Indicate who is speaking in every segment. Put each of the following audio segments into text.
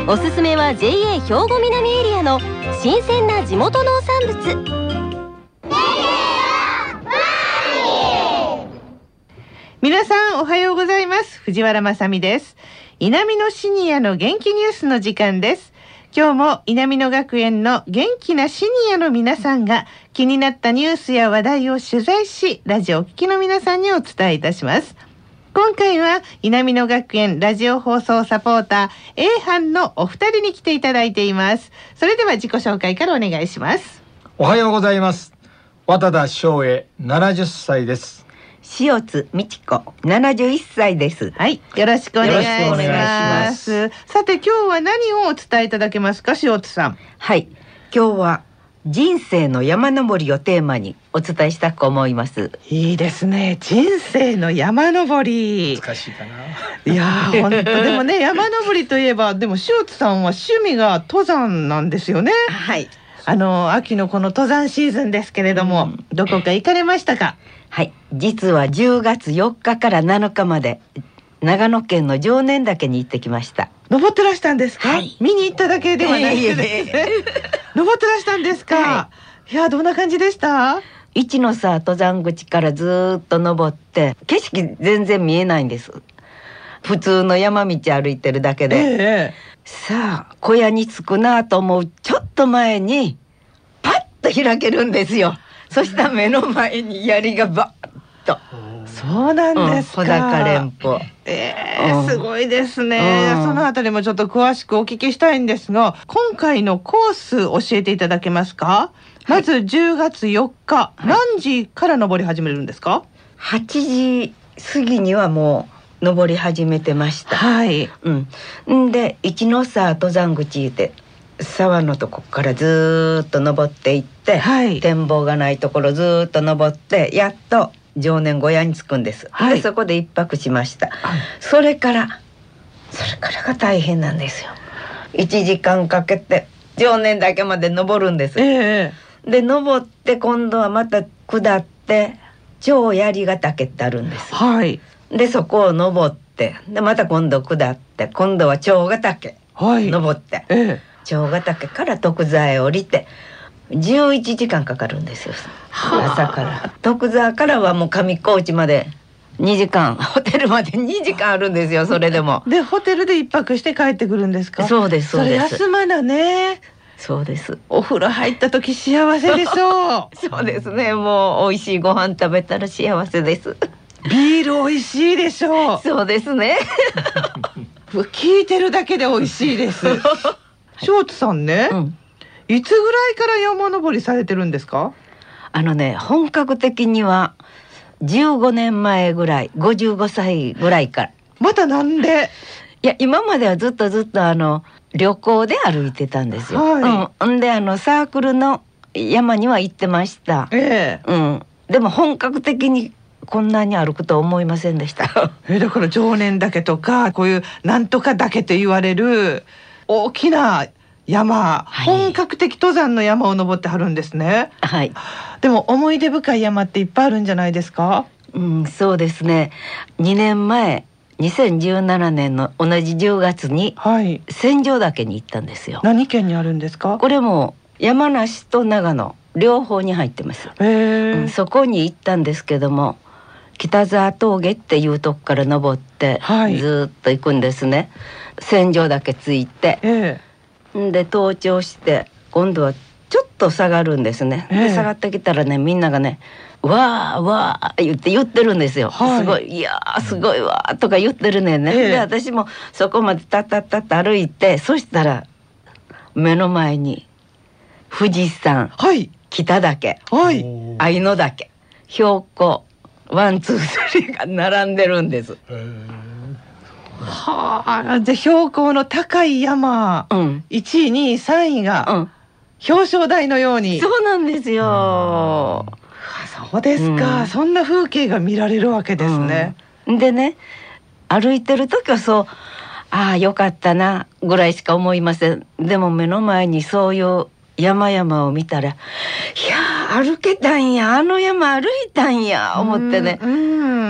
Speaker 1: ミンおすすめは JA 兵庫南エリアの新鮮な地元農産物
Speaker 2: 皆さんおはようございます藤原まさみです南野シニアの元気ニュースの時間です今日も南野学園の元気なシニアの皆さんが気になったニュースや話題を取材しラジオをお聞きの皆さんにお伝えいたします今回は南野学園ラジオ放送サポーター A 班のお二人に来ていただいていますそれでは自己紹介からお願いします
Speaker 3: おはようございます。渡田翔英、七十歳です。
Speaker 4: 塩津美智子七十一歳です。
Speaker 2: はい、よろしくお願いし
Speaker 3: よろしくお願いし
Speaker 2: ま
Speaker 3: ますす。
Speaker 2: さて今日は何をお伝えいただけますか、塩津さん。
Speaker 4: はい、今日は人生の山登りをテーマにお伝えしたく思います。
Speaker 2: いいですね。人生の山登り。い
Speaker 3: 難しいかな。
Speaker 2: やー、本当で もね、山登りといえば、でも塩津さんは趣味が登山なんですよね。
Speaker 4: はい、
Speaker 2: あの秋のこの登山シーズンですけれども、どこか行かれましたか。
Speaker 4: はい、実は10月四日から七日まで長野県の常念岳に行ってきました。
Speaker 2: 登ってらしたんですか。
Speaker 4: はい
Speaker 2: 見に行っただけではないですね。
Speaker 4: いえいえい
Speaker 2: 登ってらしたんですか。、
Speaker 4: はい
Speaker 2: やー、どんな感じでした。
Speaker 4: 一の沢登山口からずーっと登って景色全然見えないんです。普通の山道歩いてるだけで。
Speaker 2: え
Speaker 4: さあ小屋に着くなと思うちょっと前にパッと開けるんですよそしたら目の前に槍がバッと、
Speaker 2: えそうな
Speaker 4: うんん、
Speaker 2: ですか。
Speaker 4: 小高連峰
Speaker 2: ええ
Speaker 4: うん
Speaker 2: すごいですね、
Speaker 4: うん
Speaker 2: そのあたりもちょっと詳しくお聞きしたいんですが今回のコース教えていただけますか、まず10月4日、何時から登り始めるんですか
Speaker 4: 8時過ぎにはもう登り始めてました、
Speaker 2: はい
Speaker 4: うん、んで一ノ沢登山口で沢のとこからずーっと登っていって、
Speaker 2: はい
Speaker 4: 展望がないところずーっと登ってやっと常年小屋に着くんです、
Speaker 2: はい
Speaker 4: でそこで一泊しました
Speaker 2: あ
Speaker 4: それからそれからが大変なんですよ1時間かけて常年岳まで登るんです
Speaker 2: ええ
Speaker 4: で登って今度はまた下って超槍ヶ岳ってあるんです
Speaker 2: はい
Speaker 4: でそこを登ってでまた今度下って今度は長ヶ岳
Speaker 2: はい
Speaker 4: 登って
Speaker 2: ええ
Speaker 4: 長ヶ岳から徳座へ降りて11時間かかるんですよ朝から徳座からはもう上高地まで2時間ホテルまで2時間あるんですよそれでも
Speaker 2: でホテルで一泊して帰ってくるんですか
Speaker 4: そうですそう
Speaker 2: れ
Speaker 4: です
Speaker 2: 休まなね
Speaker 4: そうです
Speaker 2: お風呂入った時幸せでしょう
Speaker 4: そうですねもう美味しいご飯食べたら幸せです
Speaker 2: ビール美味しいでしょう
Speaker 4: そうですね
Speaker 2: 聞いてるだけで美味しい です。ショーツさんね、
Speaker 4: うん
Speaker 2: いつぐらいから山登りされてるんですか。
Speaker 4: あのね本格的には15年前ぐらい55歳ぐらいから
Speaker 2: またなんで。
Speaker 4: いや今まではずっとずっとあの旅行で歩いてたんですよ。
Speaker 2: は
Speaker 4: うん、んであのサークルの山には行ってました。
Speaker 2: え
Speaker 4: うん、でも本格的にこんなに歩くとは思いませんでした。
Speaker 2: ええだから常年岳とか、こういうなんとか岳と言われる。大きな山、
Speaker 4: はい
Speaker 2: 本格的登山の山を登ってはるんですね。
Speaker 4: はい、
Speaker 2: でも思い出深い山っていっぱいあるんじゃないですか。
Speaker 4: うん、そうですね。2年前、2017年の同じ10月に
Speaker 2: はい。
Speaker 4: 千条岳に行ったんですよ。
Speaker 2: 何県にあるんですか。
Speaker 4: これも山梨と長野両方に入ってます。
Speaker 2: ええ
Speaker 4: うんそこに行ったんですけども北沢峠っていうとこから登って、
Speaker 2: はい
Speaker 4: ずーっと行くんですね戦場だけついて
Speaker 2: え
Speaker 4: んで登頂して今度はちょっと下がるんですね、
Speaker 2: ええ
Speaker 4: で下がってきたらねみんながね「わあわあ」言って言ってるんですよ「
Speaker 2: はい
Speaker 4: すごいいやーすごいわー」とか言ってるねんね、
Speaker 2: ええ
Speaker 4: で私もそこまでタッタッタッタ歩いてそしたら目の前に富士山
Speaker 2: えはい。
Speaker 4: 北岳
Speaker 2: はい。
Speaker 4: 愛の岳標高ワンツースリーが並んでるんです
Speaker 3: えー
Speaker 2: はあ、じゃあ標高の高い山、
Speaker 4: うん、
Speaker 2: 1位、2位、3位が
Speaker 4: うん、
Speaker 2: 表彰台のように。
Speaker 4: そうなんですよ。
Speaker 2: そうですか、
Speaker 4: うん
Speaker 2: そんな風景が見られるわけですね。
Speaker 4: うん。でね、歩いてる時はそう、ああよかったなぐらいしか思いません。でも目の前にそういう山々を見たら、いやー歩けたんや、あの山歩いたんや思ってね、
Speaker 2: うん。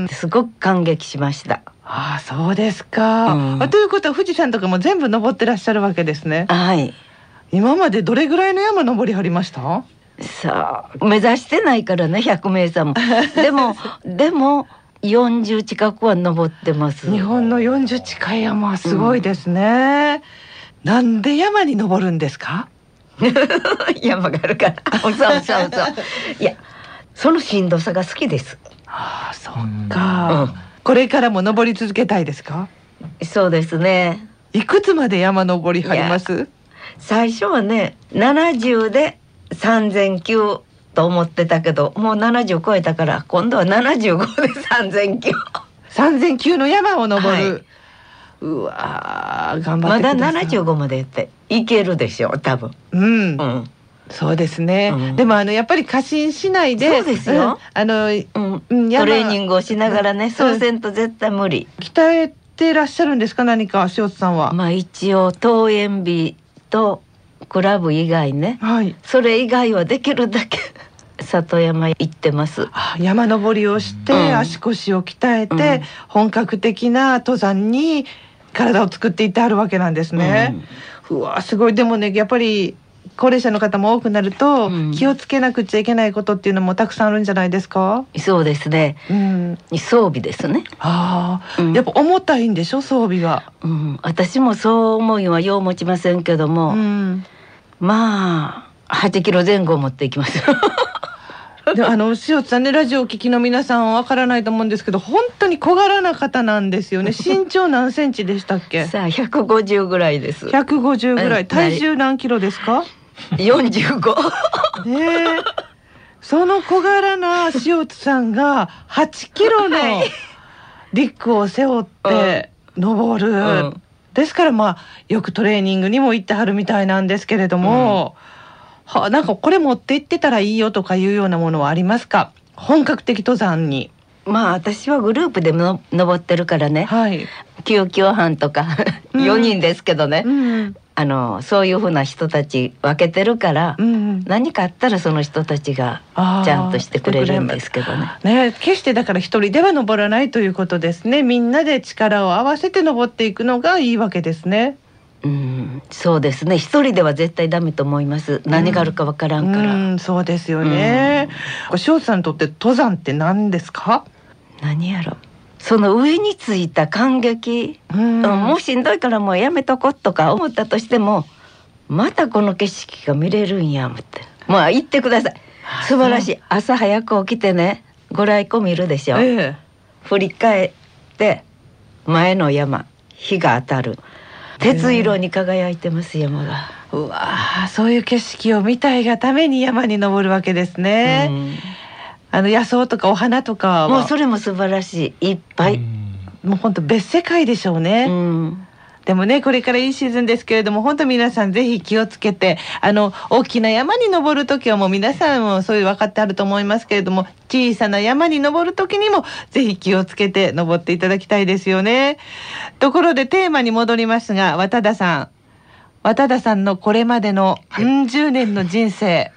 Speaker 2: うん
Speaker 4: すごく感激しました。
Speaker 2: ああ、そうですか、
Speaker 4: うん
Speaker 2: あ。ということは富士山とかも全部登ってらっしゃるわけですね。
Speaker 4: はい。
Speaker 2: 今までどれぐらいの山登りはりました？
Speaker 4: さあ目指してないからね100名さ んも。でもでも40近くは登ってます。
Speaker 2: 日本の40近い山はすごいですね。なんで山に登るんですか？
Speaker 4: 山があるから。 そうそうそう。いや、そのしんどさが好きです。
Speaker 2: ああ、そっ
Speaker 4: う
Speaker 2: か、
Speaker 4: ん
Speaker 2: これからも登り続けたいですか？
Speaker 4: そうですね。
Speaker 2: いくつまで山登りはります？
Speaker 4: 最初はね、70で3000級と思ってたけど、もう70超えたから、今度は75で3000級。
Speaker 2: 三千級の山を登る。
Speaker 4: はいう
Speaker 2: わー、頑張っ
Speaker 4: ま
Speaker 2: てくだ
Speaker 4: だ
Speaker 2: さい。
Speaker 4: 75までやっていけるでしょう、多分。
Speaker 2: うん
Speaker 4: う、ん。
Speaker 2: そうですね、
Speaker 4: うん
Speaker 2: でもあのやっぱり過信しないで
Speaker 4: そうですよ
Speaker 2: うんあの
Speaker 4: うん。
Speaker 2: うん
Speaker 4: ト
Speaker 2: 山
Speaker 4: レーニングをしながら
Speaker 2: うん
Speaker 4: ね、そうせんと絶対無理。
Speaker 2: 鍛えてらっしゃるんですか何か塩津さんは、
Speaker 4: まあ一応、登園日とクラブ以外ね。
Speaker 2: はい
Speaker 4: それ以外はできるだけ里山行ってます。
Speaker 2: あ山登りをして、
Speaker 4: うん
Speaker 2: 足腰を鍛えて、
Speaker 4: うん
Speaker 2: 本格的な登山に体を作っていってあるわけなんですね、うわすごいでもねやっぱり高齢者の方も多くなると、
Speaker 4: うん
Speaker 2: 気をつけなくちゃいけないことっていうのもたくさんあるんじゃないですか
Speaker 4: そうですね。
Speaker 2: うん
Speaker 4: 装備ですね。
Speaker 2: ああ、
Speaker 4: うん
Speaker 2: やっぱ重たいんでしょ装備が
Speaker 4: うん、私もそう思いはよう持ちませんけども、
Speaker 2: うん
Speaker 4: まあ8キロ前後持っていきます。
Speaker 2: であの塩津さんねラジオを聞きの皆さんはわからないと思うんですけど本当に小柄な方なんですよね身長何センチでしたっ け
Speaker 4: さあ150ぐらいです。
Speaker 2: 150ぐら
Speaker 4: うん
Speaker 2: い体重何キロですか
Speaker 4: 45。
Speaker 2: ねえその小柄な塩津さんが8キロの
Speaker 4: はい
Speaker 2: リュックを背負って登る、
Speaker 4: うん
Speaker 2: ですからまあよくトレーニングにも行ってはるみたいなんですけれども、はなんかこれ持って行ってたらいいよとかいうようなものはありますか本格的登山に
Speaker 4: まあ私はグループでの登ってるからね、
Speaker 2: はい。
Speaker 4: 救急班とか
Speaker 2: うん
Speaker 4: 4人ですけどね、
Speaker 2: うん。
Speaker 4: あのそういうふうな人たち分けてるから、
Speaker 2: うん。
Speaker 4: 何かあったらその人たちが
Speaker 2: あー
Speaker 4: ちゃんとしてくれるんですけどね。
Speaker 2: ね、決してだから一人では登らないということですね。みんなで力を合わせて登っていくのがいいわけですね。
Speaker 4: うん、そうですね。一人では絶対ダメと思います。何があるかわから
Speaker 2: うん
Speaker 4: から。
Speaker 2: ん、そうですよね。これ翔さんにとって登山って何ですか？
Speaker 4: 何やろ。その上についた感激、
Speaker 2: う
Speaker 4: うんんもうしんどいからもうやめとこうとか思ったとしても、またこの景色が見れるんや思って。まあ行ってください。素晴らしい。朝早く起きてね、ご来光見るでしょ。
Speaker 2: ええ
Speaker 4: 振り返って前の山、日が当たる。鉄色に輝いてます山が。
Speaker 2: うわあ、そういう景色を見たいがために山に登るわけです
Speaker 4: う
Speaker 2: ね。
Speaker 4: ん
Speaker 2: あの野草とかお花とかは
Speaker 4: もうそれも素晴らしい。いっぱい。
Speaker 2: もう本当別世界でしょうね。
Speaker 4: うん、
Speaker 2: でもね、これからいいシーズンですけれども、本当皆さんぜひ気をつけて、あの、大きな山に登るときはもう皆さんもそういう分かってあると思いますけれども、小さな山に登るときにもぜひ気をつけて登っていただきたいですよね。ところでテーマに戻りますが、渡田さん。渡田さんのこれまでのうん十年の人生、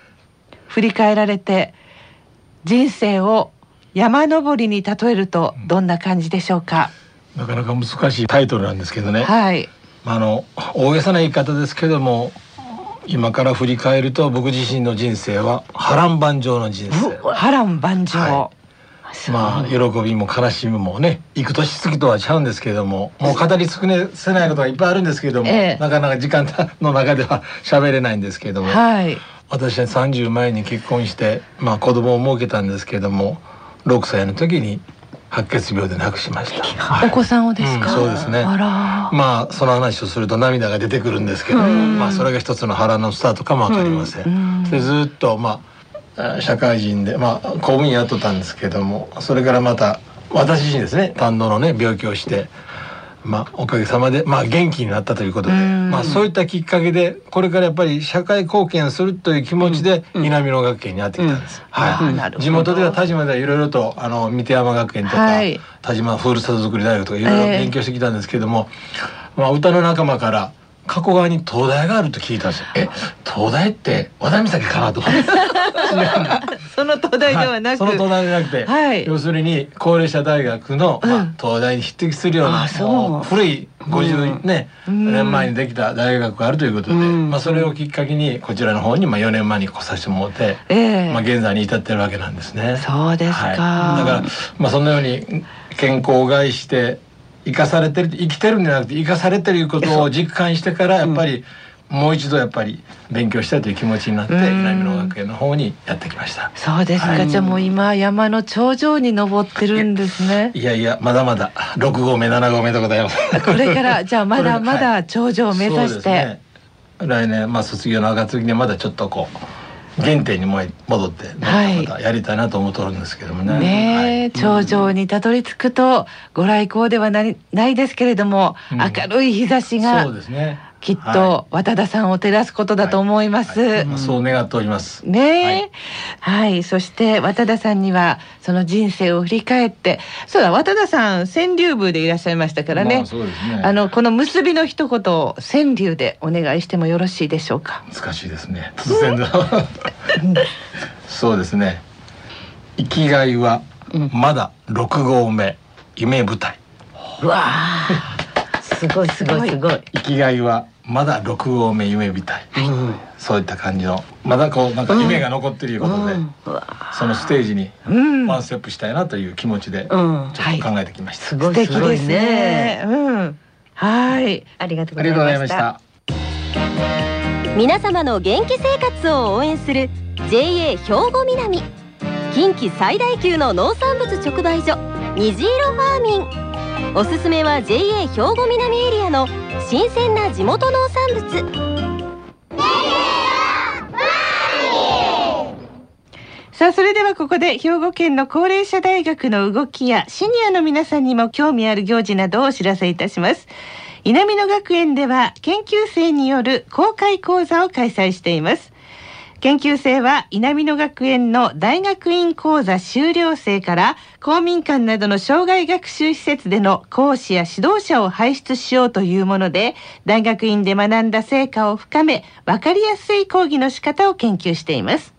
Speaker 2: 振り返られて、人生を山登りに例えるとどんな感じでしょうか。
Speaker 3: なかなか難しいタイトルなんですけどね、
Speaker 2: はい。
Speaker 3: まあ、あの大げさな言い方ですけども今から振り返ると僕自身の人生は波乱万丈の人生
Speaker 2: 波乱万丈。
Speaker 3: はまあ喜びも悲しみもね行く年月とはちゃうんですけれどももう語り尽くせないことがいっぱいあるんですけれども、
Speaker 2: ええ
Speaker 3: なかなか時間の中では喋れないんですけれども、
Speaker 2: はい。
Speaker 3: 私は30前に結婚して、まあ、子供を設けたんですけれども6歳の時に白血病で亡くしました、はい
Speaker 2: お子さんをですか。
Speaker 3: うんそうですね
Speaker 2: あら。
Speaker 3: まあその話をすると涙が出てくるんですけど、
Speaker 2: うん
Speaker 3: まあ、それが一つの腹のスタートかもわかりませ。
Speaker 2: うんん
Speaker 3: でずっと、まあ、あ社会人で、まあ、公務員やっとったんですけどもそれからまた私自身ですね胆ののね病気をして。まあ、おかげさまで、まあ、元気になったということで、
Speaker 2: うん
Speaker 3: まあ、そういったきっかけでこれからやっぱり社会貢献するという気持ちで南野学園になってきたんです、
Speaker 2: あーな
Speaker 3: は
Speaker 2: るほど
Speaker 3: い、地元では田島ではいろいろとあの三手山学園とか、
Speaker 2: はい
Speaker 3: 田島ふるさとづくり大学とかいろいろ
Speaker 2: ええ
Speaker 3: 勉強してきたんですけども、まあ、歌の仲間から加古川に東大があると聞いたんですよ。え東大って和田岬か なと思って
Speaker 2: その東大ではなく、
Speaker 3: はいその東大じゃなくて、
Speaker 2: はい
Speaker 3: 要するに高齢者大学の、
Speaker 2: うん
Speaker 3: まあ、東大に匹敵するような
Speaker 4: あそう
Speaker 3: もう古い50ね、
Speaker 2: うん
Speaker 3: 年前にできた大学があるということで、
Speaker 4: うん
Speaker 3: まあ、それをきっかけにこちらの方に、まあ、4年前に来させてもらって、
Speaker 2: ええ
Speaker 3: まあ、現在に至ってるわけなんですね。
Speaker 2: そうですか、
Speaker 3: はい、だから、まあ、そのように健康を害して生かされてる生きてるんじゃなくて生かされてるいうことを実感してからやっぱり、もう一度やっぱり勉強したいという気持ちになって
Speaker 2: うん
Speaker 3: 南野学園の方にやってきました。
Speaker 2: そうですか、
Speaker 3: はい
Speaker 2: じゃあもう今山の頂上に登ってるんですね
Speaker 3: いやいや、まだまだ六合目七合目でございます。
Speaker 2: これ からじゃあまだまだ頂上を目指
Speaker 3: そうで
Speaker 2: し
Speaker 3: す
Speaker 2: て、
Speaker 3: ね来年まあ卒業の暁にまだちょっとこう原点にもう戻って、ま
Speaker 2: は
Speaker 3: た
Speaker 2: い
Speaker 3: またやりたいなと思っとるんですけどもね。
Speaker 2: ねえ、
Speaker 3: はい
Speaker 2: 頂上にたどり着くとご来光ではなないですけれども、
Speaker 3: うん
Speaker 2: 明るい日差し
Speaker 3: そう
Speaker 2: が
Speaker 3: ですね。
Speaker 2: きっ
Speaker 3: は
Speaker 2: と渡田さんを照らすことだと思います。
Speaker 3: はいまあそう願っております。
Speaker 2: ねえ、はい、そして渡田さんにはその人生を振り返って、そうだ渡田さん川柳部でいらっしゃいましたから
Speaker 3: ま
Speaker 2: ね
Speaker 3: あ、そうですね。
Speaker 2: あのこの結びの一言を川柳でお願いしてもよろしいでしょうか。
Speaker 3: 難しいですね。突然だ。そうですね。生きがいはまだ六合目夢舞台。
Speaker 4: うわあすごいすごいすごい。
Speaker 3: 生きがいはまだ六合目夢みたい、そういった感じのまだこうなんか夢が残ってるいうことで、
Speaker 4: うんうわ
Speaker 3: そのステージに
Speaker 2: うん、
Speaker 3: ワンステップしたいなという気持ちでちょっ
Speaker 4: うん
Speaker 3: と考えてきました、
Speaker 4: すご
Speaker 2: 素
Speaker 4: いす
Speaker 2: 敵
Speaker 4: ご
Speaker 2: で
Speaker 4: い
Speaker 2: す
Speaker 4: ね。
Speaker 2: ね。うん、はい。
Speaker 4: ありがとうござ
Speaker 3: あ
Speaker 4: い
Speaker 3: りがとうござい
Speaker 4: ま
Speaker 3: ま
Speaker 4: し。
Speaker 3: したた
Speaker 1: 皆様の元気生活を応援する JA 兵庫南近畿最大級の農産物直売所にじいろファーミンおすすめは JA 兵庫南エリアの新鮮な地元農産物
Speaker 2: さあそれではここで兵庫県の高齢者大学の動きやシニアの皆さんにも興味ある行事などをお知らせいたします南野学園では研究生による公開講座を開催しています研究生は南野学園の大学院講座修了生から公民館などの障害学習施設での講師や指導者を輩出しようというもので大学院で学んだ成果を深め分かりやすい講義の仕方を研究しています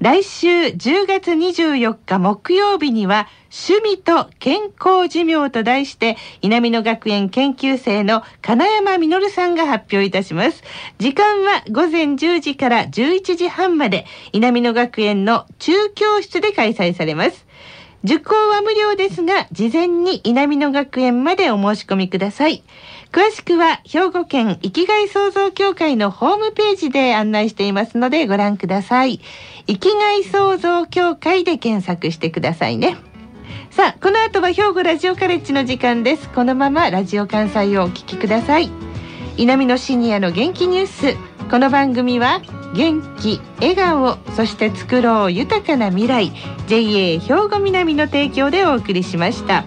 Speaker 2: 来週10月24日木曜日には趣味と健康寿命と題して南野学園研究生の金山実さんが発表いたします時間は午前10時から11時半まで南野学園の中教室で開催されます受講は無料ですが事前に南野学園までお申し込みください詳しくは兵庫県生きがい創造協会のホームページで案内していますのでご覧ください生きがい創造協会で検索してくださいねさあこの後は兵庫ラジオカレッジの時間ですこのままラジオ関西をお聞きください南のシニアの元気ニュースこの番組は元気笑顔そして作ろう豊かな未来 JA 兵庫南の提供でお送りしました